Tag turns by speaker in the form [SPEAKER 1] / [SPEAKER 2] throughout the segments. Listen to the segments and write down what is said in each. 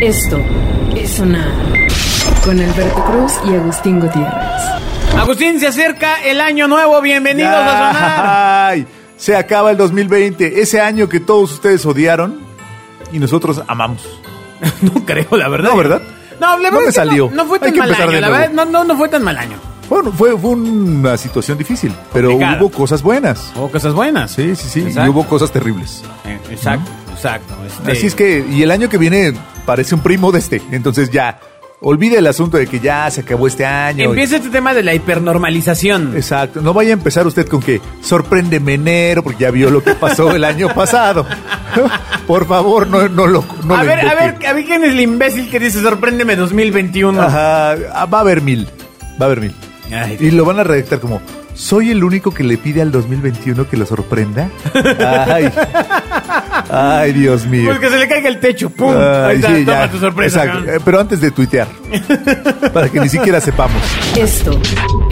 [SPEAKER 1] Esto es sonar con Alberto Cruz y Agustín Gutiérrez.
[SPEAKER 2] Agustín, se acerca el año nuevo. Bienvenidos a Sonar.
[SPEAKER 3] Ay, se acaba el 2020, ese año que todos ustedes odiaron y nosotros amamos.
[SPEAKER 2] No creo, la verdad.
[SPEAKER 3] No, ¿verdad?
[SPEAKER 2] No, la
[SPEAKER 3] No
[SPEAKER 2] verdad
[SPEAKER 3] me
[SPEAKER 2] es que
[SPEAKER 3] salió.
[SPEAKER 2] No, no fue
[SPEAKER 3] Hay
[SPEAKER 2] tan
[SPEAKER 3] que
[SPEAKER 2] mal
[SPEAKER 3] empezar
[SPEAKER 2] año.
[SPEAKER 3] de
[SPEAKER 2] La
[SPEAKER 3] nuevo.
[SPEAKER 2] verdad, no, no, no fue tan mal año.
[SPEAKER 3] Bueno, fue, fue una situación difícil, pero
[SPEAKER 2] Complicada.
[SPEAKER 3] hubo cosas buenas.
[SPEAKER 2] Hubo Oh, cosas buenas.
[SPEAKER 3] Sí, sí, sí, y
[SPEAKER 2] Exacto.
[SPEAKER 3] hubo cosas terribles.
[SPEAKER 2] Eh, Exacto, exacto. este-
[SPEAKER 3] Así es que, y el año que viene parece un primo de este, entonces ya, olvide el asunto de que ya se acabó este año.
[SPEAKER 2] Empieza este tema de la hipernormalización.
[SPEAKER 3] Exacto, no vaya a empezar usted con que sorpréndeme enero, porque ya vio lo que pasó el año pasado. Por favor, no, no lo no
[SPEAKER 2] a,
[SPEAKER 3] lo
[SPEAKER 2] ver, a
[SPEAKER 3] invoque.
[SPEAKER 2] ver, a ver, ¿quién es el imbécil que dice sorpréndeme 2021?
[SPEAKER 3] Ajá, ah, va a haber mil. Va a haber mil.
[SPEAKER 2] Ay,
[SPEAKER 3] Y lo van a redactar como: ¿Soy el único que le pide al 2021 que lo sorprenda? Ay, ay Dios mío.
[SPEAKER 2] Pues que se le caiga el techo, ¡pum!
[SPEAKER 3] Ay,
[SPEAKER 2] Ahí está,
[SPEAKER 3] sí,
[SPEAKER 2] toma
[SPEAKER 3] ya.
[SPEAKER 2] tu sorpresa.
[SPEAKER 3] Exacto.
[SPEAKER 2] cabrón.
[SPEAKER 3] Eh, Pero antes de tuitear, para que ni siquiera sepamos.
[SPEAKER 1] Esto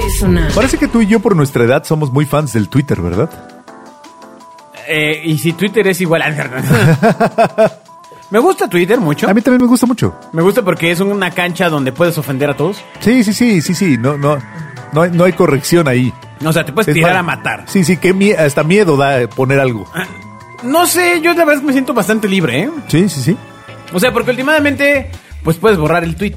[SPEAKER 1] es sonar
[SPEAKER 3] Parece que tú y yo, por nuestra edad, somos muy fans del Twitter, ¿verdad?
[SPEAKER 2] Eh, y si Twitter es igual a... Me gusta Twitter mucho.
[SPEAKER 3] A mí también me gusta mucho.
[SPEAKER 2] Me gusta porque es una cancha donde puedes ofender a todos.
[SPEAKER 3] Sí, sí, sí, sí, sí. No, no, no, hay, no hay corrección ahí.
[SPEAKER 2] O sea, te puedes
[SPEAKER 3] Es
[SPEAKER 2] tirar
[SPEAKER 3] más-
[SPEAKER 2] a matar. Ah.
[SPEAKER 3] Sí, sí, que mie- hasta miedo da eh, poner algo.
[SPEAKER 2] No sé, yo la verdad me siento bastante libre, ¿eh?
[SPEAKER 3] Sí, sí, sí.
[SPEAKER 2] O sea, porque últimamente, pues puedes borrar el tweet.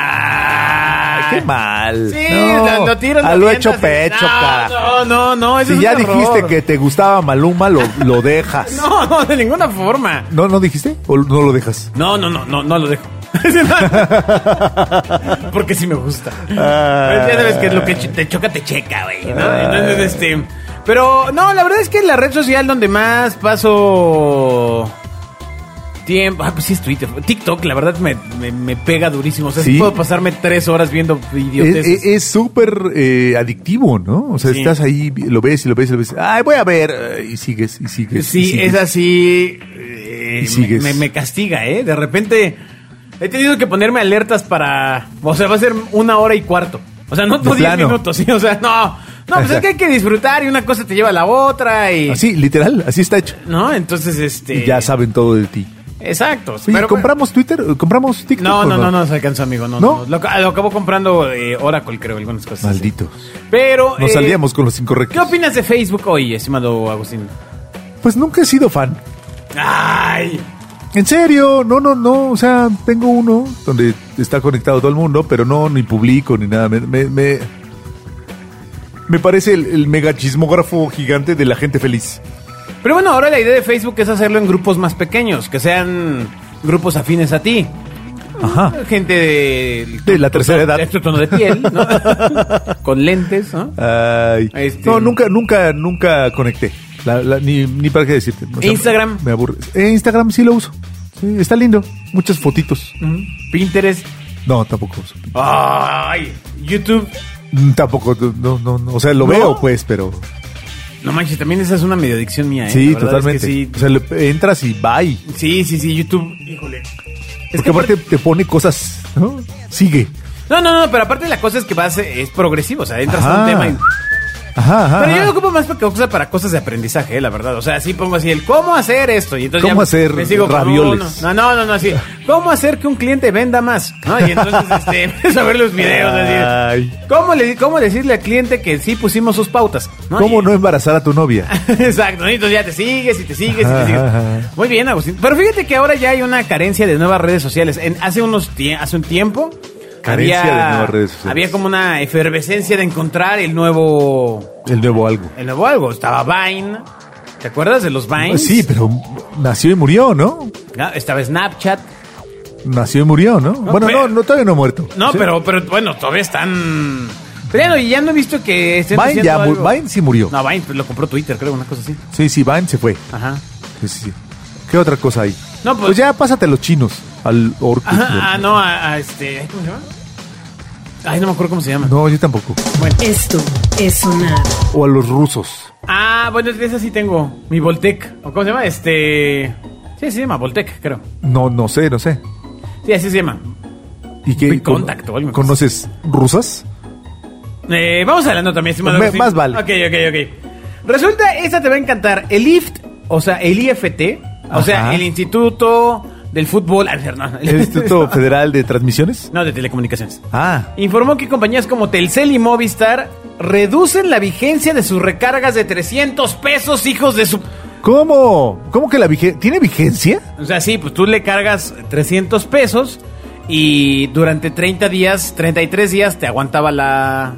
[SPEAKER 3] Ah, qué mal.
[SPEAKER 2] Sí,
[SPEAKER 3] No,
[SPEAKER 2] lo, lo tiras.
[SPEAKER 3] a
[SPEAKER 2] lo
[SPEAKER 3] lo hecho
[SPEAKER 2] avientas y-
[SPEAKER 3] pecho,
[SPEAKER 2] no,
[SPEAKER 3] cara.
[SPEAKER 2] No, no, no. eso
[SPEAKER 3] Si
[SPEAKER 2] es
[SPEAKER 3] ya
[SPEAKER 2] un error.
[SPEAKER 3] dijiste que te gustaba Maluma, lo, lo dejas. no.
[SPEAKER 2] No, no, de ninguna forma.
[SPEAKER 3] ¿No, dijiste? ¿O no lo dejas?
[SPEAKER 2] No, no, no, no, no lo dejo. Porque sí me gusta.
[SPEAKER 3] Ah.
[SPEAKER 2] Pero ya sabes que lo que ch- te choca, te checa, güey. ¿no? Entonces, este. Pero no, la verdad es que la red social donde más paso tiempo. Ah, pues sí es Twitter. TikTok, la verdad, me, me- me pega durísimo. O sea, sí
[SPEAKER 3] Sí.
[SPEAKER 2] puedo pasarme tres horas viendo
[SPEAKER 3] Es-
[SPEAKER 2] idioteces.
[SPEAKER 3] Es es súper eh, adictivo, ¿no? O sea,
[SPEAKER 2] Sí.
[SPEAKER 3] estás ahí, lo ves y lo ves y lo ves. Ay, voy a ver. eh, Y sigues, y sigues. y
[SPEAKER 2] Sí,
[SPEAKER 3] sigues.
[SPEAKER 2] es así. eh,
[SPEAKER 3] Y sigues.
[SPEAKER 2] me, me castiga, ¿eh? De repente he tenido que ponerme alertas para. O sea, va a ser una hora y cuarto. O sea, no
[SPEAKER 3] De
[SPEAKER 2] tú 10
[SPEAKER 3] plano.
[SPEAKER 2] minutos, ¿sí? O sea, no. No, pues es que hay que disfrutar y una cosa te lleva a la otra y.
[SPEAKER 3] Así, literal, así está hecho.
[SPEAKER 2] ¿No? Entonces, este.
[SPEAKER 3] Ah, Y ya saben todo de ti.
[SPEAKER 2] Exacto.
[SPEAKER 3] Oye, ¿compramos Twitter? ¿Compramos TikTok?
[SPEAKER 2] No,
[SPEAKER 3] o
[SPEAKER 2] no, no, no nos alcanzó, amigo. No,
[SPEAKER 3] ¿No?
[SPEAKER 2] no. no. Lo, ac- lo acabo comprando eh, Oracle, creo, algunas cosas. así.
[SPEAKER 3] Malditos.
[SPEAKER 2] Pero. eh,
[SPEAKER 3] Nos salíamos con los incorrectos.
[SPEAKER 2] ¿Qué opinas de Facebook hoy, estimado Agustín?
[SPEAKER 3] Pues nunca he sido fan.
[SPEAKER 2] ¡Ay!
[SPEAKER 3] En serio, no, no, no, o sea, tengo uno donde está conectado todo el mundo, pero no, ni publico, ni nada. Me, me, me- me parece el, el megachismógrafo gigante de la gente feliz.
[SPEAKER 2] Pero bueno, ahora la idea de Facebook es hacerlo en grupos más pequeños, que sean grupos afines a ti.
[SPEAKER 3] Ajá.
[SPEAKER 2] Gente de,
[SPEAKER 3] De la tercera edad.
[SPEAKER 2] De tu tono de piel, ¿no? Con lentes, ¿no?
[SPEAKER 3] Ay.
[SPEAKER 2] Este-
[SPEAKER 3] No, nunca, nunca, nunca conecté. La- la- ni, ni para qué decirte. O sea,
[SPEAKER 2] Instagram.
[SPEAKER 3] Me aburre. Eh, Instagram sí lo uso. Sí, está lindo. Muchas fotitos.
[SPEAKER 2] Mm. Pinterest.
[SPEAKER 3] No, tampoco uso.
[SPEAKER 2] Ay, YouTube.
[SPEAKER 3] Mm, Tampoco, no, no, no. O sea, lo
[SPEAKER 2] ¿No?
[SPEAKER 3] veo, pues, pero.
[SPEAKER 2] No manches, también esa es una medio adicción mía, ¿eh?
[SPEAKER 3] sí,
[SPEAKER 2] La verdad es
[SPEAKER 3] totalmente.
[SPEAKER 2] que
[SPEAKER 3] O sea, le- entras y bye.
[SPEAKER 2] sí, sí, sí, sí, YouTube. Híjole. Es
[SPEAKER 3] Porque
[SPEAKER 2] que
[SPEAKER 3] aparte te pone cosas, ¿no? Sigue.
[SPEAKER 2] No, no, no, pero aparte la cosa es que vas, eh, es progresivo, o sea, entras a
[SPEAKER 3] Ajá.
[SPEAKER 2] un tema y...
[SPEAKER 3] Ajá, ajá.
[SPEAKER 2] Pero yo
[SPEAKER 3] ajá.
[SPEAKER 2] lo ocupo más para, cosa- para cosas de aprendizaje, eh, la verdad. O sea, así pongo así el cómo hacer esto. Y entonces ya
[SPEAKER 3] ¿Cómo hacer
[SPEAKER 2] me sigo con
[SPEAKER 3] ravioles?
[SPEAKER 2] uno. No, no, no, no, así. ¿Cómo hacer que un cliente venda más? ¿No? Y entonces este, empiezo a ver los videos. Así,
[SPEAKER 3] Ay.
[SPEAKER 2] ¿cómo, le, ¿Cómo decirle al cliente que sí pusimos sus pautas?
[SPEAKER 3] ¿Cómo
[SPEAKER 2] Y-
[SPEAKER 3] no embarazar a tu novia?
[SPEAKER 2] Exacto, ¿no? Y entonces ya te sigues y te sigues y te
[SPEAKER 3] Ajá,
[SPEAKER 2] sigues.
[SPEAKER 3] ajá.
[SPEAKER 2] Muy bien, Agustín. Pero fíjate que ahora ya hay una carencia de nuevas redes sociales. En, hace unos tie- hace un tiempo.
[SPEAKER 3] Carencia de nuevas redes sociales.
[SPEAKER 2] Había como una efervescencia de encontrar el nuevo
[SPEAKER 3] El nuevo algo.
[SPEAKER 2] el nuevo algo. Estaba Vine. ¿Te acuerdas de los Vines?
[SPEAKER 3] Sí, pero nació y murió, ¿no?
[SPEAKER 2] No, estaba Snapchat.
[SPEAKER 3] Nació y murió, ¿no? bueno,
[SPEAKER 2] pero-
[SPEAKER 3] no, no, todavía no ha muerto.
[SPEAKER 2] No,
[SPEAKER 3] Sí.
[SPEAKER 2] pero, pero bueno, todavía están. Pero ya no, ya no he visto que estén
[SPEAKER 3] Vine
[SPEAKER 2] haciendo
[SPEAKER 3] ya mu-
[SPEAKER 2] algo.
[SPEAKER 3] Vine sí murió.
[SPEAKER 2] No, Vine pues, lo compró Twitter, creo, una cosa así.
[SPEAKER 3] Sí, sí, Vine se fue.
[SPEAKER 2] Ajá.
[SPEAKER 3] Sí, sí, sí. ¿Qué otra cosa hay?
[SPEAKER 2] No, pues-
[SPEAKER 3] ya pásate a los chinos. Al Orkut.
[SPEAKER 2] Ah, ah, no, a, a este. ¿Cómo se llama? Ay, no me acuerdo cómo se llama.
[SPEAKER 3] No, yo tampoco.
[SPEAKER 1] Esto es sonar
[SPEAKER 3] O a los rusos.
[SPEAKER 2] Ah, bueno, de esa sí tengo. Mi Voltec. ¿O cómo se llama? Este. Sí, se llama Voltec, creo.
[SPEAKER 3] No, no sé, no sé.
[SPEAKER 2] Sí, así se llama.
[SPEAKER 3] ¿Y qué?
[SPEAKER 2] Big Contact o algo así.
[SPEAKER 3] ¿Conoces rusas?
[SPEAKER 2] Eh, vamos hablando también, estimado
[SPEAKER 3] Me-
[SPEAKER 2] Agustín.
[SPEAKER 3] más vale.
[SPEAKER 2] Ok, ok, ok. Resulta, esta te va a encantar. El IFT, o sea, el IFT, O sea,
[SPEAKER 3] Ajá.
[SPEAKER 2] el Instituto del Fútbol. ah, no,
[SPEAKER 3] ¿El Instituto Federal de Transmisiones?
[SPEAKER 2] no, de Telecomunicaciones.
[SPEAKER 3] Ah,
[SPEAKER 2] Informó que compañías como Telcel y Movistar reducen la vigencia de sus recargas de 300 pesos, hijos de su...
[SPEAKER 3] ¿cómo? ¿Cómo que la vigencia? ¿Tiene vigencia?
[SPEAKER 2] O sea, sí, pues tú le cargas 300 pesos y durante 30 días, 33 días te aguantaba la,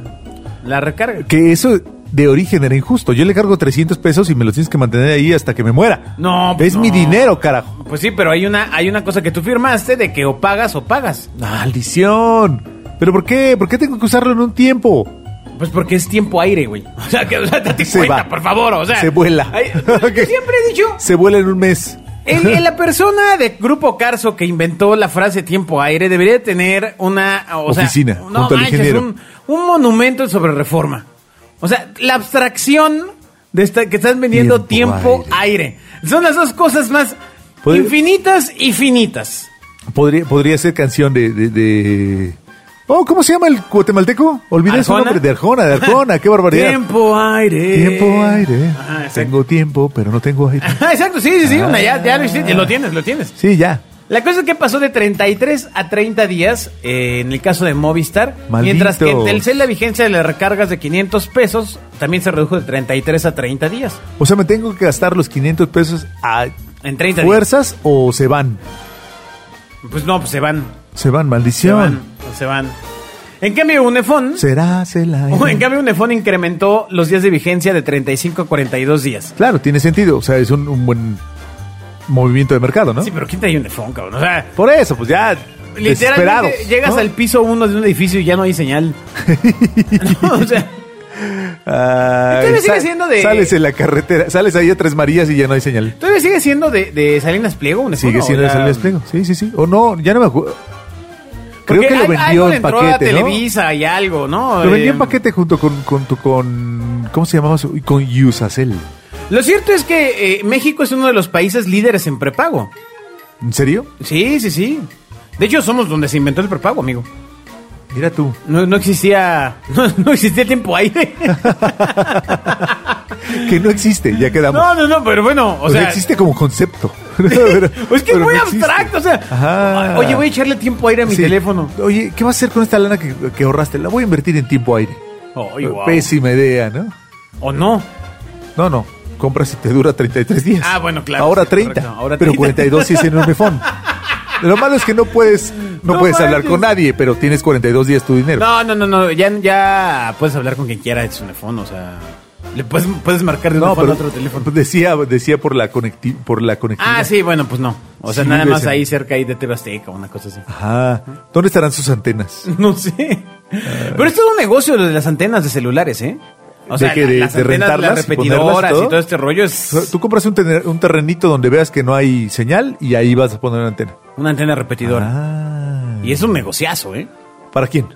[SPEAKER 2] la recarga.
[SPEAKER 3] Que eso de origen era injusto. Yo le cargo 300 pesos y me los tienes que mantener ahí hasta que me muera.
[SPEAKER 2] No,
[SPEAKER 3] Es
[SPEAKER 2] no.
[SPEAKER 3] mi dinero, carajo.
[SPEAKER 2] Pues sí, pero hay una, hay una cosa que tú firmaste de que o pagas o pagas.
[SPEAKER 3] Maldición. ¿Pero por qué? ¿Por qué tengo que usarlo en un tiempo?
[SPEAKER 2] Pues porque es tiempo aire, güey. O sea, que o sea, date
[SPEAKER 3] Se
[SPEAKER 2] cuenta,
[SPEAKER 3] va.
[SPEAKER 2] por favor, o sea.
[SPEAKER 3] Se vuela.
[SPEAKER 2] Ay, yo
[SPEAKER 3] Ok.
[SPEAKER 2] siempre he dicho,
[SPEAKER 3] Se vuela en un mes.
[SPEAKER 2] el- el- la persona de Grupo Carso que inventó la frase tiempo aire debería tener una o sea,
[SPEAKER 3] Oficina,
[SPEAKER 2] no
[SPEAKER 3] junto al
[SPEAKER 2] manches,
[SPEAKER 3] ingeniero.
[SPEAKER 2] un, un monumento sobre reforma. O sea, la abstracción de esta, que estás vendiendo tiempo,
[SPEAKER 3] Tiempo Pues
[SPEAKER 2] aire. Son las dos cosas más
[SPEAKER 3] Pod-
[SPEAKER 2] infinitas y finitas.
[SPEAKER 3] Podría, podría ser canción de, de- de- Oh, ¿cómo se llama el guatemalteco? Olvidé su
[SPEAKER 2] ¿Arjona?
[SPEAKER 3] nombre. De Arjona, de Arjona. Qué barbaridad.
[SPEAKER 2] Tiempo aire.
[SPEAKER 3] Tiempo, aire.
[SPEAKER 2] Ajá, exacto.
[SPEAKER 3] tengo tiempo, pero no tengo Ah. aire.
[SPEAKER 2] Ajá, exacto, sí, sí, sí, una, ya, ya lo hiciste, lo tienes, lo tienes.
[SPEAKER 3] Sí, ya.
[SPEAKER 2] La cosa es que pasó de 33 a 30 días eh, en el caso de Movistar,
[SPEAKER 3] Malditos.
[SPEAKER 2] mientras que en Telcel la vigencia de las recargas de 500 pesos también se redujo de 33 a 30 días.
[SPEAKER 3] O sea, me tengo que gastar los 500 pesos a
[SPEAKER 2] En 30
[SPEAKER 3] fuerzas o se van.
[SPEAKER 2] días. Pues no, pues se van,
[SPEAKER 3] Se van,
[SPEAKER 2] se
[SPEAKER 3] maldición.
[SPEAKER 2] van, pues se van. En cambio, Unefón,
[SPEAKER 3] Será, se la.
[SPEAKER 2] en cambio Unefón incrementó los días de vigencia de 35 a 42 días.
[SPEAKER 3] Claro, tiene sentido. O sea, es un, un buen movimiento de mercado, ¿no?
[SPEAKER 2] Sí, pero ¿quién trae Unefón, cabrón? O sea,
[SPEAKER 3] Por eso, pues ya. desesperados,
[SPEAKER 2] literalmente llegas
[SPEAKER 3] ¿no?
[SPEAKER 2] al piso 1 de un edificio y ya no hay señal. No, o sea...
[SPEAKER 3] Ah,
[SPEAKER 2] Todavía sigue
[SPEAKER 3] sal-
[SPEAKER 2] siendo de-
[SPEAKER 3] Sales en la carretera, sales ahí a Tres Marías y ya no hay señal.
[SPEAKER 2] ¿Todavía sigue siendo de, de Salinas Pliego? un
[SPEAKER 3] Sigue
[SPEAKER 2] escudo,
[SPEAKER 3] siendo
[SPEAKER 2] o
[SPEAKER 3] el
[SPEAKER 2] sea,
[SPEAKER 3] Salinas Pliego. Sí, sí, sí. O no, ya no me acuerdo. Creo
[SPEAKER 2] porque
[SPEAKER 3] que lo
[SPEAKER 2] al- algo
[SPEAKER 3] vendió
[SPEAKER 2] le
[SPEAKER 3] en
[SPEAKER 2] entró a
[SPEAKER 3] paquete, ¿no?
[SPEAKER 2] Televisa y algo, ¿no?
[SPEAKER 3] Lo vendió
[SPEAKER 2] Eh,
[SPEAKER 3] en paquete junto con, con tu, con, ¿cómo se llamaba? su- Con Yusacel.
[SPEAKER 2] Lo cierto es que eh, México es uno de los países líderes en prepago.
[SPEAKER 3] ¿En serio?
[SPEAKER 2] Sí, sí, sí. De hecho, somos donde se inventó el prepago, amigo.
[SPEAKER 3] Mira tú.
[SPEAKER 2] No, no existía. No, no existía tiempo aire.
[SPEAKER 3] Que no existe, ya quedamos.
[SPEAKER 2] No, no, no, pero bueno, o
[SPEAKER 3] O sea,
[SPEAKER 2] sea.
[SPEAKER 3] Pues existe como concepto. Pero-
[SPEAKER 2] Es que es
[SPEAKER 3] pero
[SPEAKER 2] muy
[SPEAKER 3] no existe.
[SPEAKER 2] abstracto, o sea.
[SPEAKER 3] Ajá.
[SPEAKER 2] Oye, voy a echarle tiempo aire a mi
[SPEAKER 3] Sí.
[SPEAKER 2] teléfono.
[SPEAKER 3] Oye, ¿qué vas a hacer con esta lana que, que ahorraste? La voy a invertir en tiempo aire.
[SPEAKER 2] Ay, guau.
[SPEAKER 3] Pésima idea, ¿no?
[SPEAKER 2] ¿O no?
[SPEAKER 3] No, no. Compras y te dura 33 días.
[SPEAKER 2] Ah, bueno, claro,
[SPEAKER 3] Ahora
[SPEAKER 2] sí,
[SPEAKER 3] 30.
[SPEAKER 2] correcto, ahora
[SPEAKER 3] pero
[SPEAKER 2] 30.
[SPEAKER 3] 42 sí es enorme fondo. Lo malo es que no puedes, no
[SPEAKER 2] No
[SPEAKER 3] puedes hablar
[SPEAKER 2] manches.
[SPEAKER 3] con nadie, pero tienes 42 días tu dinero.
[SPEAKER 2] No, no, no, no. Ya, ya puedes hablar con quien quiera de su teléfono, o sea. Le puedes, puedes marcar de un
[SPEAKER 3] No,
[SPEAKER 2] teléfono
[SPEAKER 3] pero
[SPEAKER 2] a otro teléfono.
[SPEAKER 3] Decía, decía por la conecti por la conectividad.
[SPEAKER 2] Ah, sí, bueno, pues no. O sea,
[SPEAKER 3] Sí,
[SPEAKER 2] nada
[SPEAKER 3] vives
[SPEAKER 2] más
[SPEAKER 3] en-
[SPEAKER 2] ahí cerca ahí de TV Azteca, una cosa así.
[SPEAKER 3] Ajá. ¿Dónde estarán sus antenas?
[SPEAKER 2] No sé. Pero es todo un negocio lo de las antenas de celulares, ¿eh? O
[SPEAKER 3] ¿De
[SPEAKER 2] sea,
[SPEAKER 3] qué?
[SPEAKER 2] la-
[SPEAKER 3] ¿De-
[SPEAKER 2] las
[SPEAKER 3] de
[SPEAKER 2] antenas, las
[SPEAKER 3] rentarlas y
[SPEAKER 2] repetidoras
[SPEAKER 3] ponerlas
[SPEAKER 2] y
[SPEAKER 3] y
[SPEAKER 2] todo?
[SPEAKER 3] todo?
[SPEAKER 2] este rollo es
[SPEAKER 3] Tú compras un, tener- un terrenito donde veas que no hay señal y ahí vas a poner una antena.
[SPEAKER 2] una antena repetidora.
[SPEAKER 3] Ah.
[SPEAKER 2] Y es un negociazo, ¿eh?
[SPEAKER 3] ¿Para quién?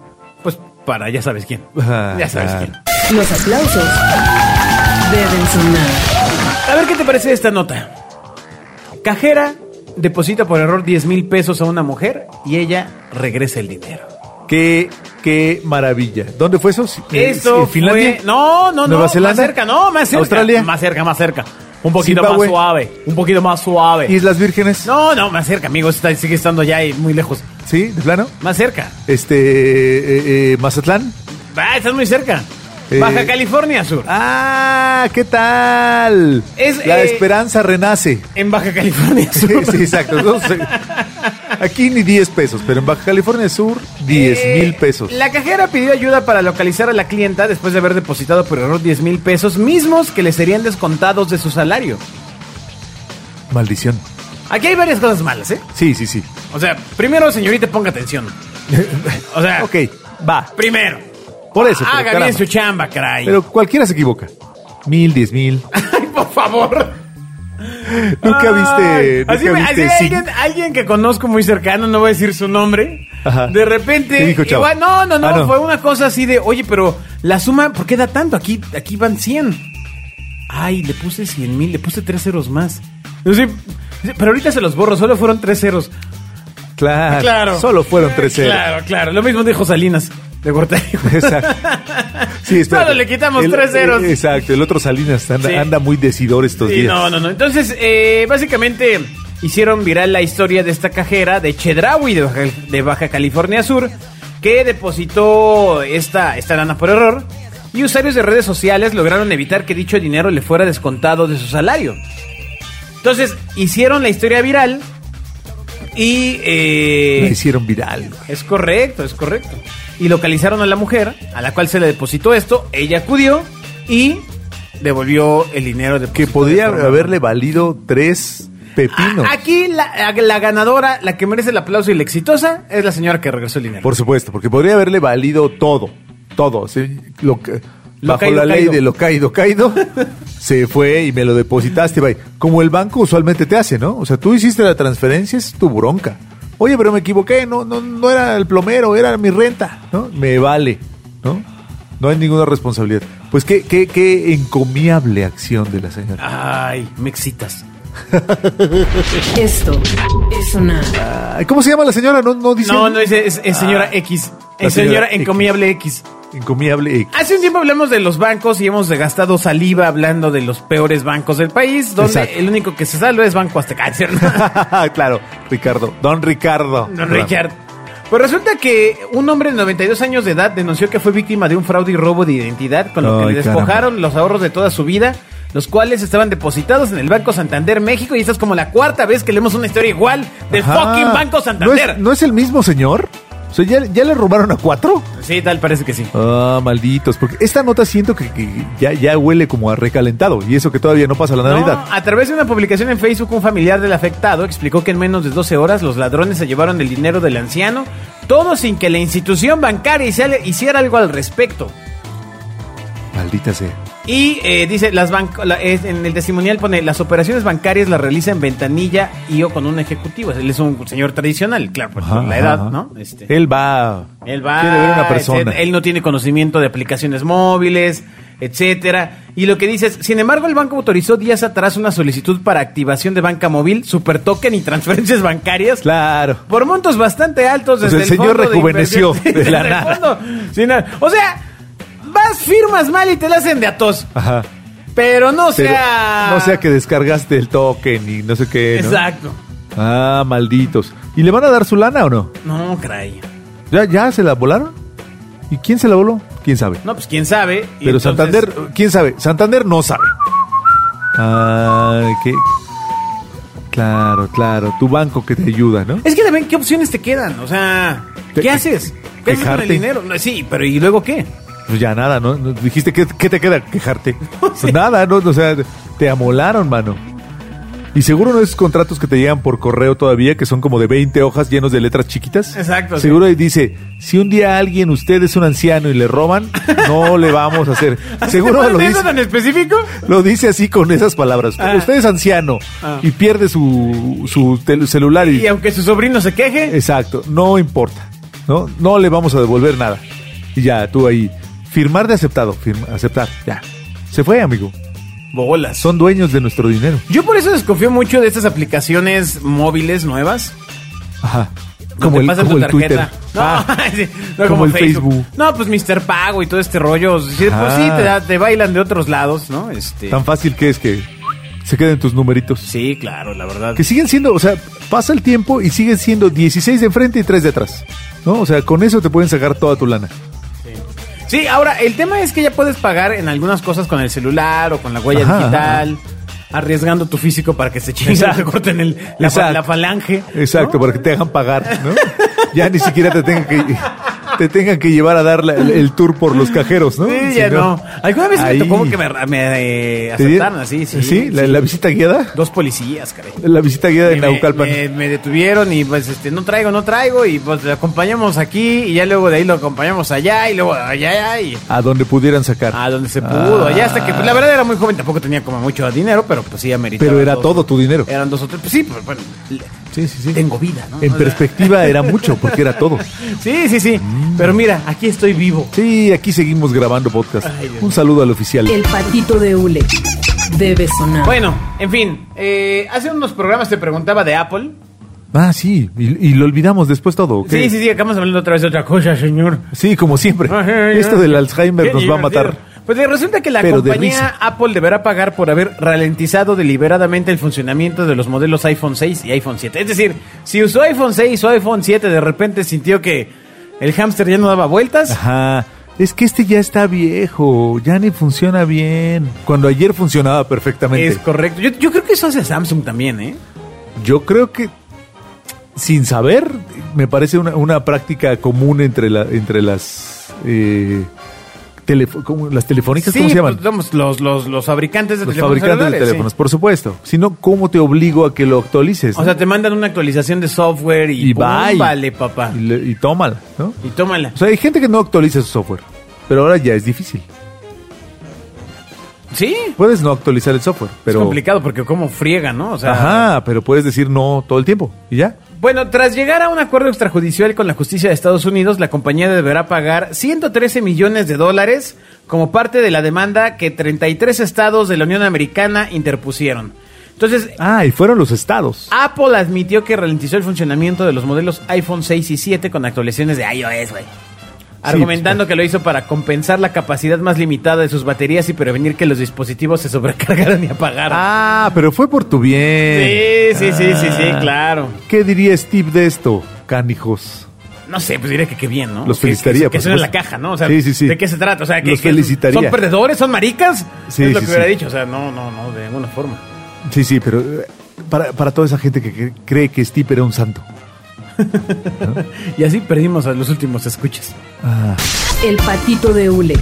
[SPEAKER 2] Pues para ya sabes quién.
[SPEAKER 3] Ah,
[SPEAKER 2] ya sabes
[SPEAKER 3] claro.
[SPEAKER 2] quién.
[SPEAKER 1] Los aplausos deben sonar.
[SPEAKER 2] A ver qué te parece esta nota. Cajera deposita por error 10 mil pesos a una mujer y ella regresa el dinero.
[SPEAKER 3] Qué, qué maravilla. ¿Dónde fue eso? ¿En-
[SPEAKER 2] Esto
[SPEAKER 3] ¿En Finlandia?
[SPEAKER 2] fue- Eh, No, no, no.
[SPEAKER 3] ¿Nueva Zelanda?
[SPEAKER 2] Más cerca, no, más cerca.
[SPEAKER 3] ¿Australia?
[SPEAKER 2] Más cerca, más cerca. Un poquito
[SPEAKER 3] Zimbabue.
[SPEAKER 2] más suave. Un poquito más suave.
[SPEAKER 3] ¿Islas Vírgenes?
[SPEAKER 2] No, no, más cerca, amigo. Está, sigue estando allá y muy lejos.
[SPEAKER 3] ¿Sí? ¿De plano?
[SPEAKER 2] Más cerca.
[SPEAKER 3] Este, eh, eh, Mazatlán.
[SPEAKER 2] Ah, estás muy cerca.
[SPEAKER 3] Eh.
[SPEAKER 2] Baja California Sur.
[SPEAKER 3] ¡Ah! ¿Qué tal?
[SPEAKER 2] Es,
[SPEAKER 3] La
[SPEAKER 2] eh,
[SPEAKER 3] esperanza renace.
[SPEAKER 2] En Baja California
[SPEAKER 3] Sí,
[SPEAKER 2] Sur.
[SPEAKER 3] sí, exacto. No sé. Aquí ni 10 pesos, pero en Baja California Sur, 10
[SPEAKER 2] Eh,
[SPEAKER 3] mil pesos.
[SPEAKER 2] La cajera pidió ayuda para localizar a la clienta después de haber depositado por error 10 mil pesos, mismos que le serían descontados de su salario.
[SPEAKER 3] Maldición.
[SPEAKER 2] Aquí hay varias cosas malas, ¿eh?
[SPEAKER 3] Sí, sí, sí.
[SPEAKER 2] O sea, primero, señorita, ponga atención. O sea,
[SPEAKER 3] Ok, va.
[SPEAKER 2] primero.
[SPEAKER 3] Por eso. pero
[SPEAKER 2] Haga
[SPEAKER 3] caramba.
[SPEAKER 2] bien su chamba, caray.
[SPEAKER 3] Pero cualquiera se equivoca. Mil, diez mil.
[SPEAKER 2] Ay, por favor.
[SPEAKER 3] Nunca
[SPEAKER 2] Ay,
[SPEAKER 3] viste.
[SPEAKER 2] así
[SPEAKER 3] nunca
[SPEAKER 2] me- así
[SPEAKER 3] viste. sí.
[SPEAKER 2] alguien, alguien que conozco muy cercano, no voy a decir su nombre.
[SPEAKER 3] Ajá.
[SPEAKER 2] De repente.
[SPEAKER 3] ¿Qué dijo, chavo?
[SPEAKER 2] igual- no, no, no,
[SPEAKER 3] Ah, no.
[SPEAKER 2] Fue una cosa así de, oye, pero la suma, ¿por qué da tanto? Aquí, aquí van 100. Ay, le puse 100 mil, le puse tres ceros más. Yo sí, sí, pero ahorita se los borro, solo fueron tres ceros.
[SPEAKER 3] Claro.
[SPEAKER 2] Claro.
[SPEAKER 3] Solo fueron tres ceros.
[SPEAKER 2] Claro, claro. Lo mismo dijo Salinas. De Gortari.
[SPEAKER 3] Exacto. Sí, espérate.
[SPEAKER 2] Solo le quitamos tres ceros.
[SPEAKER 3] eh, Exacto, el otro Salinas anda,
[SPEAKER 2] Sí.
[SPEAKER 3] anda muy decidor estos
[SPEAKER 2] Sí,
[SPEAKER 3] días.
[SPEAKER 2] no, no, no. Entonces, eh, básicamente hicieron viral la historia de esta cajera de Chedraui de Baja, de Baja California Sur que depositó esta, esta lana por error y usuarios de redes sociales lograron evitar que dicho dinero le fuera descontado de su salario. Entonces, hicieron la historia viral y... eh,
[SPEAKER 3] La hicieron viral. güey.
[SPEAKER 2] es correcto, es correcto. Y localizaron a la mujer a la cual se le depositó esto. Ella acudió y devolvió el dinero de Ah,
[SPEAKER 3] Que podría haberle valido tres pepinos.
[SPEAKER 2] Aquí la, la ganadora, la que merece el aplauso y la exitosa, es la señora que regresó el dinero.
[SPEAKER 3] Por supuesto, porque podría haberle valido todo. Todo. sí, lo que-
[SPEAKER 2] Lo
[SPEAKER 3] bajo
[SPEAKER 2] caído,
[SPEAKER 3] la ley
[SPEAKER 2] caído.
[SPEAKER 3] de lo caído, caído, se fue y me lo depositaste. Bye. Como el banco usualmente te hace, ¿no? O sea, tú hiciste la transferencia, es tu bronca. Oye, pero me equivoqué, no, no, no era el plomero, era mi renta, ¿no? Me vale, ¿no? No hay ninguna responsabilidad. Pues qué, qué, qué encomiable acción de la señora.
[SPEAKER 2] Ay, me excitas.
[SPEAKER 1] Esto es sonar.
[SPEAKER 3] Ay, ¿Cómo se llama la señora? No, no dice. Ah,
[SPEAKER 2] No, no, es, es- es señora X.
[SPEAKER 3] La
[SPEAKER 2] Es señora,
[SPEAKER 3] señora X.
[SPEAKER 2] encomiable X.
[SPEAKER 3] Encomiable X.
[SPEAKER 2] Hace un tiempo hablamos de los bancos y hemos gastado saliva hablando de los peores bancos del país, donde
[SPEAKER 3] Exacto.
[SPEAKER 2] el único que se salva es Banco Azteca. ¿cierto?
[SPEAKER 3] claro, Ricardo. Don Ricardo.
[SPEAKER 2] Don Richard. Pues resulta que un hombre de 92 años de edad denunció que fue víctima de un fraude y robo de identidad, con lo que
[SPEAKER 3] Ay,
[SPEAKER 2] le despojaron
[SPEAKER 3] caramba.
[SPEAKER 2] los ahorros de toda su vida, los cuales estaban depositados en el Banco Santander México. Y esta es como la cuarta vez que leemos una historia igual del
[SPEAKER 3] Ajá.
[SPEAKER 2] fucking Banco
[SPEAKER 3] ¿No
[SPEAKER 2] Santander.
[SPEAKER 3] es, no es el mismo señor? O sea, ¿ya, ya le robaron a cuatro?
[SPEAKER 2] Sí, tal, parece que sí.
[SPEAKER 3] Ah, malditos. Porque esta nota siento que, que ya, ya huele como a recalentado. Y eso que todavía no pasa la
[SPEAKER 2] No,
[SPEAKER 3] Navidad.
[SPEAKER 2] a través de una publicación en Facebook, un familiar del afectado explicó que en menos de 12 horas los ladrones se llevaron el dinero del anciano, todo sin que la institución bancaria hiciera- hiciera algo al respecto.
[SPEAKER 3] Maldita sea.
[SPEAKER 2] Y eh, dice, las banco- la- es- en el testimonial pone, las operaciones bancarias las realiza en ventanilla y o con un ejecutivo. Él es un señor tradicional, claro, por
[SPEAKER 3] Ajá,
[SPEAKER 2] la edad,
[SPEAKER 3] ajá.
[SPEAKER 2] ¿no? Este,
[SPEAKER 3] Él va.
[SPEAKER 2] él va...
[SPEAKER 3] Quiere ver a una persona.
[SPEAKER 2] etcétera. Él no tiene conocimiento de aplicaciones móviles, etcétera. Y lo que dice es, sin embargo, el banco autorizó días atrás una solicitud para activación de banca móvil, super token y transferencias bancarias.
[SPEAKER 3] Claro.
[SPEAKER 2] Por montos bastante altos
[SPEAKER 3] sea,
[SPEAKER 2] desde
[SPEAKER 3] Pues el señor
[SPEAKER 2] fondo de
[SPEAKER 3] rejuveneció
[SPEAKER 2] inversión-
[SPEAKER 3] de la
[SPEAKER 2] desde el
[SPEAKER 3] nada.
[SPEAKER 2] fondo. Sí, nada. O sea, vas, firmas mal y te la hacen de atos.
[SPEAKER 3] Ajá.
[SPEAKER 2] Pero no
[SPEAKER 3] Pero
[SPEAKER 2] sea.
[SPEAKER 3] no sea que descargaste el token y no sé qué. ¿no?
[SPEAKER 2] Exacto.
[SPEAKER 3] Ah, malditos. ¿Y le van a dar su lana o no?
[SPEAKER 2] No, caray.
[SPEAKER 3] ¿Ya, ya se la volaron? ¿Y quién se la voló? ¿Quién sabe?
[SPEAKER 2] No, pues quién sabe. Y
[SPEAKER 3] Pero
[SPEAKER 2] entonces-
[SPEAKER 3] Santander, ¿quién sabe? Santander no sabe. Ah, ¿qué? Claro, claro. Tu banco que te ayuda, ¿no?
[SPEAKER 2] Es que también, ¿qué opciones te quedan? O sea, ¿qué
[SPEAKER 3] Te-
[SPEAKER 2] haces? ¿Qué haces con el
[SPEAKER 3] quejarte.
[SPEAKER 2] dinero? No, sí, pero ¿y luego qué?
[SPEAKER 3] Pues ya nada, ¿no? No, Dijiste, ¿qué, qué te queda? Quejarte. Pues
[SPEAKER 2] Sí.
[SPEAKER 3] Nada, ¿no? O sea, te amolaron, mano. Y seguro no es contratos que te llegan por correo todavía, que son como de 20 hojas llenos de letras chiquitas.
[SPEAKER 2] Exacto, sí.
[SPEAKER 3] Seguro ahí dice, si un día alguien, usted es un anciano y le roban, no le vamos a hacer. Seguro
[SPEAKER 2] ¿Te
[SPEAKER 3] lo
[SPEAKER 2] ponen
[SPEAKER 3] dice.
[SPEAKER 2] eso tan específico?
[SPEAKER 3] Lo dice así con esas palabras.
[SPEAKER 2] Ah.
[SPEAKER 3] Usted es anciano
[SPEAKER 2] Ah.
[SPEAKER 3] y pierde su, su tel- celular y,
[SPEAKER 2] Y aunque su sobrino se queje,
[SPEAKER 3] Exacto, no importa. ¿no? no le vamos a devolver nada. Y ya, tú ahí. Firmar de aceptado, firma- aceptar, ya. Se fue, amigo.
[SPEAKER 2] bolas.
[SPEAKER 3] Son dueños de nuestro dinero.
[SPEAKER 2] Yo por eso desconfío mucho de estas aplicaciones móviles nuevas.
[SPEAKER 3] Ajá.
[SPEAKER 2] Como
[SPEAKER 3] Como el,
[SPEAKER 2] te pasan
[SPEAKER 3] como
[SPEAKER 2] tu
[SPEAKER 3] el Twitter.
[SPEAKER 2] tarjeta. No,
[SPEAKER 3] Ah,
[SPEAKER 2] sí, no,
[SPEAKER 3] como el Facebook.
[SPEAKER 2] No, pues Mr. Pago y todo este rollo. Sí, pues
[SPEAKER 3] Ah.
[SPEAKER 2] sí, te, da- te bailan de otros lados, ¿no? Este,
[SPEAKER 3] tan fácil que es que se queden tus numeritos.
[SPEAKER 2] sí, claro, la verdad.
[SPEAKER 3] Que siguen siendo, o sea, pasa el tiempo y siguen siendo 16 de enfrente y 3 de atrás. ¿No? O sea, con eso te pueden sacar toda tu lana.
[SPEAKER 2] Sí, ahora, el tema es que ya puedes pagar en algunas cosas con el celular o con la huella
[SPEAKER 3] Ajá,
[SPEAKER 2] digital, arriesgando tu físico para que se chinguen, te corten el, la, fa-
[SPEAKER 3] Exacto.
[SPEAKER 2] la falange.
[SPEAKER 3] Exacto,
[SPEAKER 2] ¿no?
[SPEAKER 3] para que te hagan pagar, ¿no? Ya ni siquiera te tengan que, te tengan que llevar a dar la- el, el tour por los cajeros, ¿no?
[SPEAKER 2] Sí,
[SPEAKER 3] Si
[SPEAKER 2] ya no. Alguna vez
[SPEAKER 3] Ahí.
[SPEAKER 2] me tocó que me, me, eh,
[SPEAKER 3] ¿Te dieron-
[SPEAKER 2] asaltaron así, sí.
[SPEAKER 3] ¿La,
[SPEAKER 2] sí.
[SPEAKER 3] la visita guiada?
[SPEAKER 2] Dos policías, caray.
[SPEAKER 3] La visita guiada de
[SPEAKER 2] me,
[SPEAKER 3] Naucalpan.
[SPEAKER 2] me- me detuvieron y pues este no traigo, no traigo y pues lo acompañamos aquí y ya luego de ahí lo acompañamos allá y luego allá, allá y
[SPEAKER 3] A donde pudieran sacar.
[SPEAKER 2] a donde se pudo,
[SPEAKER 3] Ah.
[SPEAKER 2] allá hasta que pues, la verdad era muy joven, tampoco tenía como mucho dinero, pero pues sí ameritaba.
[SPEAKER 3] Pero era todo tu dinero.
[SPEAKER 2] Eran dos o tres, pues sí, pero bueno, le-
[SPEAKER 3] Sí, sí, sí.
[SPEAKER 2] tengo vida, ¿no?
[SPEAKER 3] En
[SPEAKER 2] O sea,
[SPEAKER 3] perspectiva Mm. era mucho, porque era todo.
[SPEAKER 2] Sí, sí, sí, pero mira, aquí estoy vivo.
[SPEAKER 3] Sí, aquí seguimos grabando podcast.
[SPEAKER 2] Ay, Dios
[SPEAKER 3] Un saludo al oficial.
[SPEAKER 1] El patito de hule debe sonar.
[SPEAKER 2] Bueno, en fin, eh, hace unos programas te preguntaba de Apple
[SPEAKER 3] Ah, sí, y, y lo olvidamos después todo. ¿ok?
[SPEAKER 2] Sí, sí, sí, acabamos hablando otra vez de otra cosa, señor.
[SPEAKER 3] Sí, como siempre.
[SPEAKER 2] Ah, sí, sí,
[SPEAKER 3] Este, Esto
[SPEAKER 2] sí.
[SPEAKER 3] del Alzheimer
[SPEAKER 2] Qué
[SPEAKER 3] nos va a
[SPEAKER 2] divertido.
[SPEAKER 3] matar.
[SPEAKER 2] Pues eh, resulta que la
[SPEAKER 3] Pero de
[SPEAKER 2] compañía
[SPEAKER 3] risa.
[SPEAKER 2] Apple deberá pagar por haber ralentizado deliberadamente el funcionamiento de los modelos iPhone 6 y iPhone 7. Es decir, si usó iPhone 6 o iPhone 7, de repente sintió que el hámster ya no daba vueltas.
[SPEAKER 3] Ajá. Es que este ya está viejo, ya ni funciona bien. Cuando ayer funcionaba perfectamente.
[SPEAKER 2] Es correcto. Yo, yo creo que eso hace Samsung también, ¿eh?
[SPEAKER 3] Yo creo que sin saber, me parece una, una práctica común entre, la, entre las, eh, telefo- ¿cómo? las telefónicas,
[SPEAKER 2] Sí,
[SPEAKER 3] ¿cómo se llaman?
[SPEAKER 2] pues, vamos, los, los, los fabricantes de
[SPEAKER 3] Los
[SPEAKER 2] teléfonos
[SPEAKER 3] fabricantes de
[SPEAKER 2] celulares,
[SPEAKER 3] teléfonos,
[SPEAKER 2] sí.
[SPEAKER 3] por supuesto. Si no, ¿cómo te obligo a que lo actualices?
[SPEAKER 2] O sea, te mandan una actualización de software y,
[SPEAKER 3] y bye.
[SPEAKER 2] vale, papá.
[SPEAKER 3] Y, le- y tómala, ¿no?
[SPEAKER 2] Y tómala.
[SPEAKER 3] O sea, hay gente que no actualiza su software, pero ahora ya es difícil.
[SPEAKER 2] Sí,
[SPEAKER 3] Puedes no actualizar el software, pero...
[SPEAKER 2] es complicado porque como friega, ¿no? O sea,
[SPEAKER 3] Ajá, pero puedes decir no todo el tiempo y ya.
[SPEAKER 2] Bueno, tras llegar a un acuerdo extrajudicial con la justicia de Estados Unidos, la compañía deberá pagar 113 millones de dólares como parte de la demanda que 33 estados de la Unión Americana interpusieron. Entonces,
[SPEAKER 3] Ah, y fueron los estados.
[SPEAKER 2] Apple admitió que ralentizó el funcionamiento de los modelos iPhone 6 y 7 con actualizaciones de iOS, güey.
[SPEAKER 3] pues.
[SPEAKER 2] Argumentando que lo hizo para compensar la capacidad más limitada de sus baterías y prevenir que los dispositivos se sobrecargaran y apagaran.
[SPEAKER 3] Ah, pero fue por tu
[SPEAKER 2] sí,
[SPEAKER 3] bien.
[SPEAKER 2] sí, sí, sí, sí,
[SPEAKER 3] Ah.
[SPEAKER 2] claro.
[SPEAKER 3] ¿Qué diría Steve de esto, canijos?
[SPEAKER 2] No sé, pues diría que qué bien, ¿no?
[SPEAKER 3] Los
[SPEAKER 2] Que-
[SPEAKER 3] felicitaría,
[SPEAKER 2] Que, que
[SPEAKER 3] por
[SPEAKER 2] suena la
[SPEAKER 3] supuesto.
[SPEAKER 2] caja, ¿no? O sea,
[SPEAKER 3] Sí, sí, sí.
[SPEAKER 2] ¿de qué se trata? O sea, que,
[SPEAKER 3] Los
[SPEAKER 2] que
[SPEAKER 3] felicitaría.
[SPEAKER 2] ¿Son perdedores? ¿Son maricas?
[SPEAKER 3] Sí,
[SPEAKER 2] es lo
[SPEAKER 3] sí,
[SPEAKER 2] que hubiera
[SPEAKER 3] sí.
[SPEAKER 2] dicho. O sea, no, no, no, de ninguna forma.
[SPEAKER 3] Sí, sí, pero eh, para, para toda esa gente que cre- cree que Steve era un santo.
[SPEAKER 2] Y así perdimos a los últimos escuchas.
[SPEAKER 3] Ah,
[SPEAKER 1] El patito de hule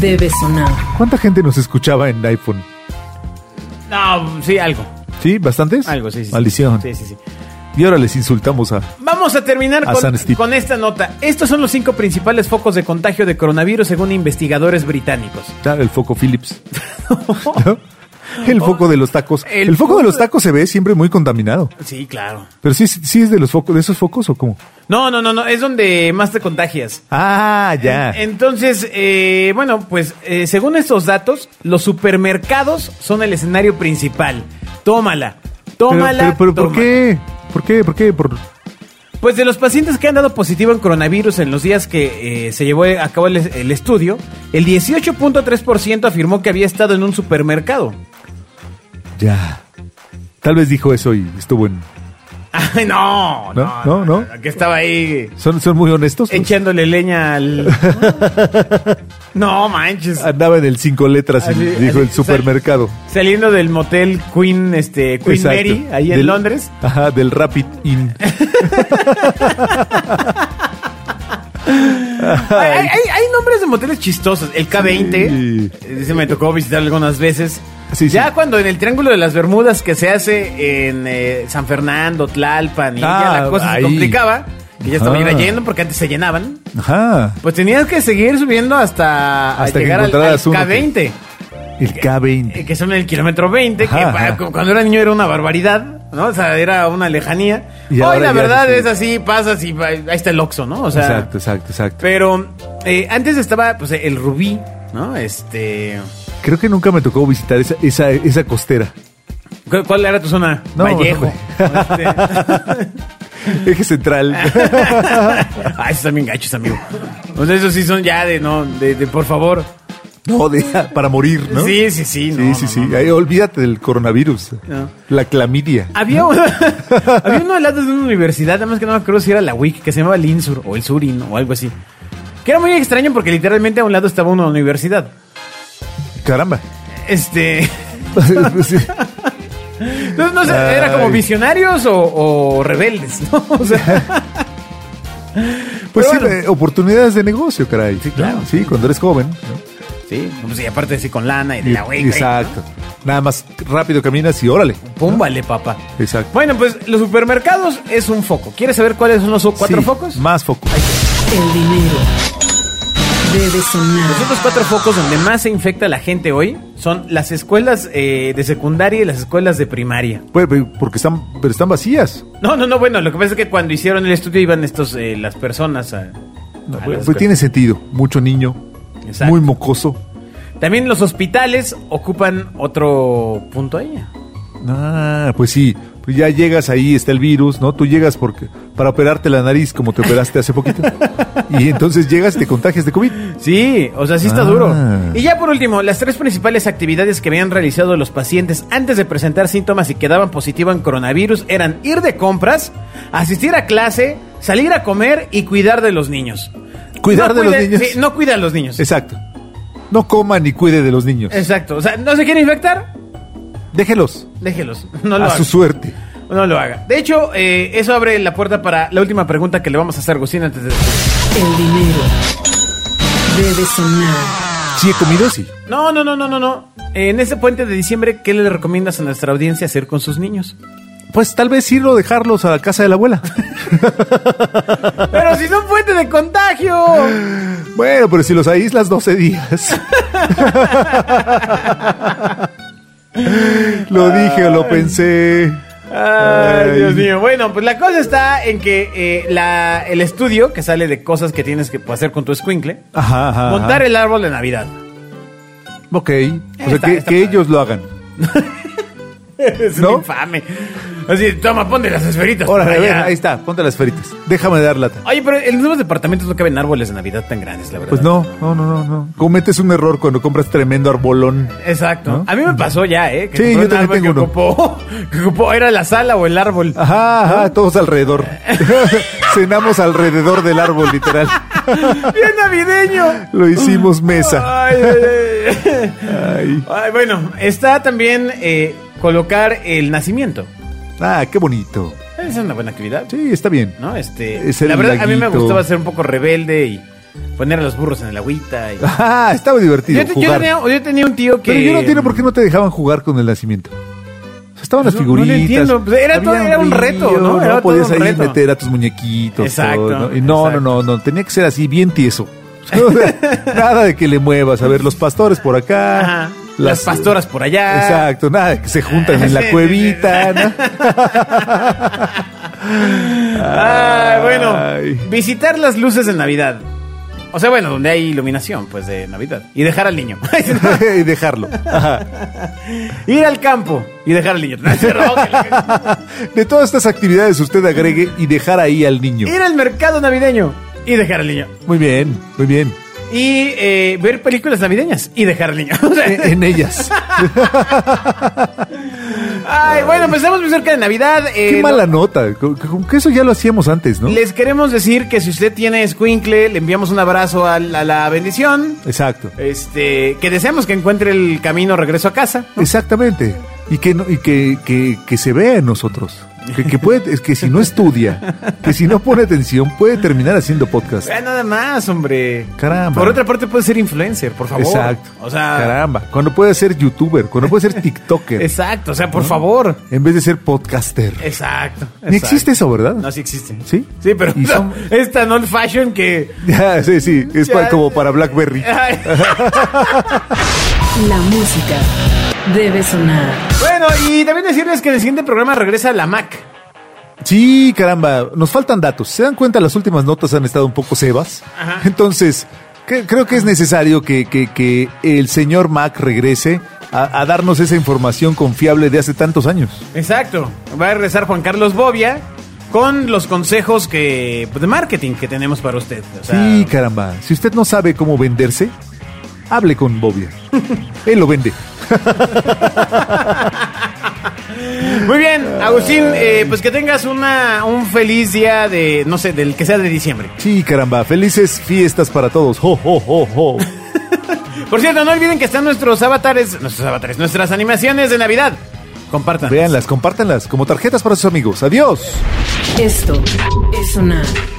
[SPEAKER 1] debe sonar.
[SPEAKER 3] ¿Cuánta gente nos escuchaba en iPhone?
[SPEAKER 2] No, sí, algo.
[SPEAKER 3] ¿Sí? ¿Bastantes?
[SPEAKER 2] Algo, sí, sí. sí.
[SPEAKER 3] Maldición.
[SPEAKER 2] Sí, sí, sí.
[SPEAKER 3] Y ahora les insultamos a...
[SPEAKER 2] Vamos a terminar
[SPEAKER 3] A
[SPEAKER 2] con,
[SPEAKER 3] San Steve.
[SPEAKER 2] con esta nota. Estos son los cinco principales focos de contagio de coronavirus según investigadores británicos.
[SPEAKER 3] ya, el foco Philips. ¿No? El foco de los tacos.
[SPEAKER 2] El
[SPEAKER 3] El, foco
[SPEAKER 2] foco-
[SPEAKER 3] de los tacos se ve siempre muy contaminado.
[SPEAKER 2] Sí, claro.
[SPEAKER 3] Pero sí, sí es de los focos, de esos focos o cómo?
[SPEAKER 2] No, no, no, no. Es donde más te contagias.
[SPEAKER 3] Ah, ya.
[SPEAKER 2] Entonces, eh, bueno, pues eh, según estos datos, los supermercados son el escenario principal. Tómala, tómala.
[SPEAKER 3] pero, pero, pero, ¿por
[SPEAKER 2] tómala.
[SPEAKER 3] qué? ¿Por qué? ¿Por qué? Por-
[SPEAKER 2] Pues de los pacientes que han dado positivo en coronavirus en los días que eh, se llevó a cabo el, el estudio, el 18.3% afirmó que había estado en un supermercado.
[SPEAKER 3] Ya. Tal vez dijo eso y estuvo en...
[SPEAKER 2] Ay, no, no,
[SPEAKER 3] No,
[SPEAKER 2] no,
[SPEAKER 3] no,
[SPEAKER 2] no, que estaba ahí
[SPEAKER 3] ¿Son, son muy honestos?
[SPEAKER 2] echándole leña al... No manches.
[SPEAKER 3] Andaba en el cinco letras,
[SPEAKER 2] Así-
[SPEAKER 3] el- dijo
[SPEAKER 2] así-
[SPEAKER 3] el supermercado.
[SPEAKER 2] Saliendo del motel Queen, este, Queen
[SPEAKER 3] Exacto.
[SPEAKER 2] Mary, ahí en
[SPEAKER 3] Del-
[SPEAKER 2] Londres.
[SPEAKER 3] Ajá, del Rapid Inn.
[SPEAKER 2] Hay, hay- hay- hay nombres de moteles chistosos. El K20, eh, se me tocó visitar algunas veces.
[SPEAKER 3] Sí,
[SPEAKER 2] ya
[SPEAKER 3] sí.
[SPEAKER 2] cuando en el Triángulo de las Bermudas que se hace en eh, San Fernando, Tlalpan, y ya
[SPEAKER 3] Ah,
[SPEAKER 2] la cosa se
[SPEAKER 3] ahí.
[SPEAKER 2] complicaba, que ya estaba
[SPEAKER 3] Ah.
[SPEAKER 2] iba yendo porque antes se llenaban,
[SPEAKER 3] Ajá.
[SPEAKER 2] pues tenías que seguir subiendo hasta, a
[SPEAKER 3] Hasta que
[SPEAKER 2] llegar al, al
[SPEAKER 3] encontraras uno
[SPEAKER 2] K20,
[SPEAKER 3] que- El
[SPEAKER 2] eh,
[SPEAKER 3] K20.
[SPEAKER 2] que son el kilómetro 20, que
[SPEAKER 3] Ajá,
[SPEAKER 2] para-
[SPEAKER 3] ajá.
[SPEAKER 2] cu- cuando era niño era una barbaridad, ¿no? O sea, era una lejanía.
[SPEAKER 3] Y
[SPEAKER 2] Hoy
[SPEAKER 3] ahora
[SPEAKER 2] la
[SPEAKER 3] ya
[SPEAKER 2] verdad
[SPEAKER 3] sí.
[SPEAKER 2] es así, pasas y va- ahí está el Oxxo, ¿no? O sea,
[SPEAKER 3] exacto, exacto, exacto.
[SPEAKER 2] pero eh, antes estaba pues el rubí, ¿no? Este.
[SPEAKER 3] Creo que nunca me tocó visitar esa, esa, esa costera.
[SPEAKER 2] ¿cu- ¿Cuál era tu zona?
[SPEAKER 3] No,
[SPEAKER 2] Vallejo. Este,
[SPEAKER 3] hombre. Eje central.
[SPEAKER 2] ah, esos también gachos, amigo. O sea, esos sí son ya de no, de, de por favor.
[SPEAKER 3] no, de- para morir, ¿no?
[SPEAKER 2] Sí, sí, sí.
[SPEAKER 3] Sí,
[SPEAKER 2] no,
[SPEAKER 3] sí,
[SPEAKER 2] no,
[SPEAKER 3] sí.
[SPEAKER 2] no.
[SPEAKER 3] Ahí, olvídate del coronavirus.
[SPEAKER 2] No.
[SPEAKER 3] La clamidia.
[SPEAKER 2] Había, uno, había uno al lado de una universidad, además que no me acuerdo si era la WIC, que se llamaba el INSUR o el SURIN o algo así. Que era muy extraño porque literalmente a un lado estaba una universidad.
[SPEAKER 3] Caramba.
[SPEAKER 2] Este.
[SPEAKER 3] Sí.
[SPEAKER 2] No, no sé, era como
[SPEAKER 3] Ay.
[SPEAKER 2] visionarios o, o rebeldes, ¿no? O sea.
[SPEAKER 3] Pues
[SPEAKER 2] Pero
[SPEAKER 3] sí,
[SPEAKER 2] bueno.
[SPEAKER 3] eh, oportunidades de negocio, caray. Sí,
[SPEAKER 2] claro.
[SPEAKER 3] Sí, cuando eres joven. ¿no?
[SPEAKER 2] Sí, no, pues y aparte sí con lana y de la wey.
[SPEAKER 3] Exacto. Nada más rápido caminas y órale.
[SPEAKER 2] Púmbale, papá.
[SPEAKER 3] Exacto.
[SPEAKER 2] Bueno, pues los supermercados es un foco. ¿Quieres saber cuáles son los cuatro
[SPEAKER 3] Sí,
[SPEAKER 2] focos?
[SPEAKER 3] Más focos.
[SPEAKER 1] El dinero debe sonar.
[SPEAKER 2] Los otros cuatro focos donde más se infecta la gente hoy son las escuelas eh, de secundaria y las escuelas de primaria.
[SPEAKER 3] Pues, pero- porque están, pero están vacías.
[SPEAKER 2] No, no, no, bueno, lo que pasa es que cuando hicieron el estudio iban estos, eh, las personas a... a las
[SPEAKER 3] Pues,
[SPEAKER 2] escuelas.
[SPEAKER 3] tiene sentido. Mucho niño.
[SPEAKER 2] Exacto.
[SPEAKER 3] Muy mocoso.
[SPEAKER 2] También los hospitales ocupan otro punto ahí.
[SPEAKER 3] Ah, pues sí. pues ya llegas ahí, está el virus, ¿no? Tú llegas porque, para operarte la nariz como te operaste hace poquito. Y entonces llegas y te contagias de COVID.
[SPEAKER 2] Sí, o sea, sí está
[SPEAKER 3] Ah.
[SPEAKER 2] duro. Y ya por último, las tres principales actividades que habían realizado los pacientes antes de presentar síntomas y quedaban positivos en coronavirus eran ir de compras, asistir a clase, salir a comer y cuidar de los niños.
[SPEAKER 3] Cuidar de los
[SPEAKER 2] cuide-
[SPEAKER 3] niños.
[SPEAKER 2] sí, no cuida a los niños.
[SPEAKER 3] Exacto. No coma ni cuide de los niños.
[SPEAKER 2] Exacto. O sea, no se quiere infectar,
[SPEAKER 3] Déjelos
[SPEAKER 2] déjelos. No lo
[SPEAKER 3] a
[SPEAKER 2] haga.
[SPEAKER 3] su suerte.
[SPEAKER 2] No lo haga. De hecho, eh, eso abre la puerta para la última pregunta que le vamos a hacer, Agustín, antes de...
[SPEAKER 1] El dinero debe sonar.
[SPEAKER 3] Sí, he comido, sí.
[SPEAKER 2] No, no, no, no, no, no. En este puente de diciembre, ¿qué le recomiendas a nuestra audiencia hacer con sus niños?
[SPEAKER 3] Pues tal vez irlo dejarlos a la casa de la abuela.
[SPEAKER 2] Pero si son fuente de contagio.
[SPEAKER 3] bueno, pero si los aíslas 12 días. lo dije o lo pensé.
[SPEAKER 2] Ay,
[SPEAKER 3] Ay.
[SPEAKER 2] Dios mío. Bueno, pues la cosa está en que eh, la- el estudio que sale de cosas que tienes que hacer con tu escuincle,
[SPEAKER 3] Ajá, ajá, ajá.
[SPEAKER 2] montar el árbol de Navidad.
[SPEAKER 3] Ok. O sea,
[SPEAKER 2] Está-
[SPEAKER 3] que,
[SPEAKER 2] está
[SPEAKER 3] que
[SPEAKER 2] padre.
[SPEAKER 3] ellos lo hagan.
[SPEAKER 2] es un
[SPEAKER 3] ¿No?
[SPEAKER 2] infame. Así, toma, ponte las esferitas.
[SPEAKER 3] Órale,
[SPEAKER 2] para
[SPEAKER 3] ven,
[SPEAKER 2] allá.
[SPEAKER 3] ahí está. Ponte las feritas. Déjame dar lata.
[SPEAKER 2] Oye, pero en los nuevos departamentos no caben árboles de Navidad tan grandes, la verdad.
[SPEAKER 3] Pues no, no, no, no, no. Cometes un error cuando compras tremendo arbolón.
[SPEAKER 2] Exacto.
[SPEAKER 3] ¿No?
[SPEAKER 2] A mí me pasó ya, ¿eh? Que
[SPEAKER 3] Sí,
[SPEAKER 2] compré
[SPEAKER 3] yo
[SPEAKER 2] un
[SPEAKER 3] también
[SPEAKER 2] árbol
[SPEAKER 3] tengo uno.
[SPEAKER 2] que ocupó, que ocupó, era la sala o el árbol.
[SPEAKER 3] Ajá, ajá, todos alrededor. Cenamos alrededor del árbol, literal.
[SPEAKER 2] Bien navideño.
[SPEAKER 3] Lo hicimos mesa.
[SPEAKER 2] Ay, ay, ay.
[SPEAKER 3] Ay.
[SPEAKER 2] Ay, bueno, está también eh, colocar el nacimiento.
[SPEAKER 3] Ah, qué bonito.
[SPEAKER 2] Esa es una buena actividad,
[SPEAKER 3] Sí, está bien.
[SPEAKER 2] ¿no? Este,
[SPEAKER 3] Es el
[SPEAKER 2] la verdad, a mí me
[SPEAKER 3] laguito.
[SPEAKER 2] gustaba ser un poco rebelde y poner a los burros en el agüita. y-
[SPEAKER 3] Ah, estaba divertido
[SPEAKER 2] Yo, te- yo
[SPEAKER 3] jugar.
[SPEAKER 2] tenía, yo tenía un tío que...
[SPEAKER 3] Pero yo no entiendo por qué no te dejaban jugar con el nacimiento. O sea, estaban
[SPEAKER 2] Pues
[SPEAKER 3] las
[SPEAKER 2] no-
[SPEAKER 3] figuritas.
[SPEAKER 2] no lo entiendo. Pues era
[SPEAKER 3] había
[SPEAKER 2] todo- era un reto,
[SPEAKER 3] brillo,
[SPEAKER 2] ¿no? Era todo
[SPEAKER 3] podías
[SPEAKER 2] un
[SPEAKER 3] ahí
[SPEAKER 2] reto.
[SPEAKER 3] meter a tus muñequitos.
[SPEAKER 2] Exacto,
[SPEAKER 3] todo, ¿no? Y no,
[SPEAKER 2] exacto.
[SPEAKER 3] no, no, no. Tenía que ser así, bien tieso. O sea, nada de que le muevas. A ver, los pastores por acá.
[SPEAKER 2] mm, Ajá. Las pastoras por allá.
[SPEAKER 3] Exacto, nada de que se juntan en
[SPEAKER 2] Sí,
[SPEAKER 3] la
[SPEAKER 2] sí,
[SPEAKER 3] cuevita. ¿no?
[SPEAKER 2] Ay, bueno,
[SPEAKER 3] Ay.
[SPEAKER 2] visitar las luces de Navidad. O sea, bueno, donde hay iluminación, pues, de Navidad. Y dejar al niño.
[SPEAKER 3] y dejarlo. Ajá.
[SPEAKER 2] Ir al campo y dejar al niño. No, es cierto.
[SPEAKER 3] De todas estas actividades usted agregue y dejar ahí al niño.
[SPEAKER 2] Ir al mercado navideño y dejar al niño.
[SPEAKER 3] Muy bien, muy bien.
[SPEAKER 2] Y eh, ver películas navideñas y dejar al niño. O sea,
[SPEAKER 3] En, e, en ellas.
[SPEAKER 2] ay, bueno, pues estamos muy cerca de Navidad. eh,
[SPEAKER 3] Qué
[SPEAKER 2] no-
[SPEAKER 3] mala nota. Como como que eso ya lo hacíamos antes, ¿no?
[SPEAKER 2] Les queremos decir que si usted tiene escuincle, le enviamos un abrazo a la, a la bendición.
[SPEAKER 3] Exacto.
[SPEAKER 2] Este, que deseamos que encuentre el camino regreso a casa. ¿no?
[SPEAKER 3] Exactamente. Y que no- y que, que, que se vea en nosotros. Que, que puede, es que si no estudia, que si no pone atención, puede terminar haciendo podcast.
[SPEAKER 2] Ah, nada más, hombre.
[SPEAKER 3] Caramba.
[SPEAKER 2] Por otra parte, puede ser influencer, por favor.
[SPEAKER 3] Exacto.
[SPEAKER 2] O sea,
[SPEAKER 3] Caramba. Cuando puede ser youtuber, cuando puede ser TikToker,
[SPEAKER 2] exacto. O sea, por favor.
[SPEAKER 3] en vez de ser podcaster.
[SPEAKER 2] Exacto.
[SPEAKER 3] Ni
[SPEAKER 2] exacto.
[SPEAKER 3] existe eso, ¿verdad?
[SPEAKER 2] No, sí existe.
[SPEAKER 3] ¿Sí?
[SPEAKER 2] Sí, pero
[SPEAKER 3] Y son-
[SPEAKER 2] es tan old fashion que.
[SPEAKER 3] Ya, sí, sí. Es
[SPEAKER 2] Ya.
[SPEAKER 3] para- como para Blackberry.
[SPEAKER 2] Ay.
[SPEAKER 1] La música debe sonar.
[SPEAKER 2] Bueno, y también decirles que en el siguiente programa regresa la Mac.
[SPEAKER 3] Sí, caramba, nos faltan datos. ¿Se dan cuenta? Las últimas notas han estado un poco cebas.
[SPEAKER 2] Ajá.
[SPEAKER 3] Entonces, cre- creo que es necesario que, que- que el señor Mac regrese a, a darnos esa información confiable de hace tantos años.
[SPEAKER 2] Exacto. Va a regresar Juan Carlos Bobia con los consejos que pues, de marketing que tenemos para usted. O sea,
[SPEAKER 3] Sí, caramba. Si usted no sabe cómo venderse, hable con Bobia. Él lo vende.
[SPEAKER 2] Muy bien, Agustín, eh, pues que tengas una, un feliz día de, no sé, del que sea de diciembre.
[SPEAKER 3] Sí, caramba. Felices fiestas para todos. Jo, jo, jo, jo.
[SPEAKER 2] Por cierto, no olviden que están nuestros avatares, nuestros avatares, nuestras animaciones de Navidad. Compartan.
[SPEAKER 3] Véanlas, compártanlas como tarjetas para sus amigos. Adiós.
[SPEAKER 1] Esto es sonar.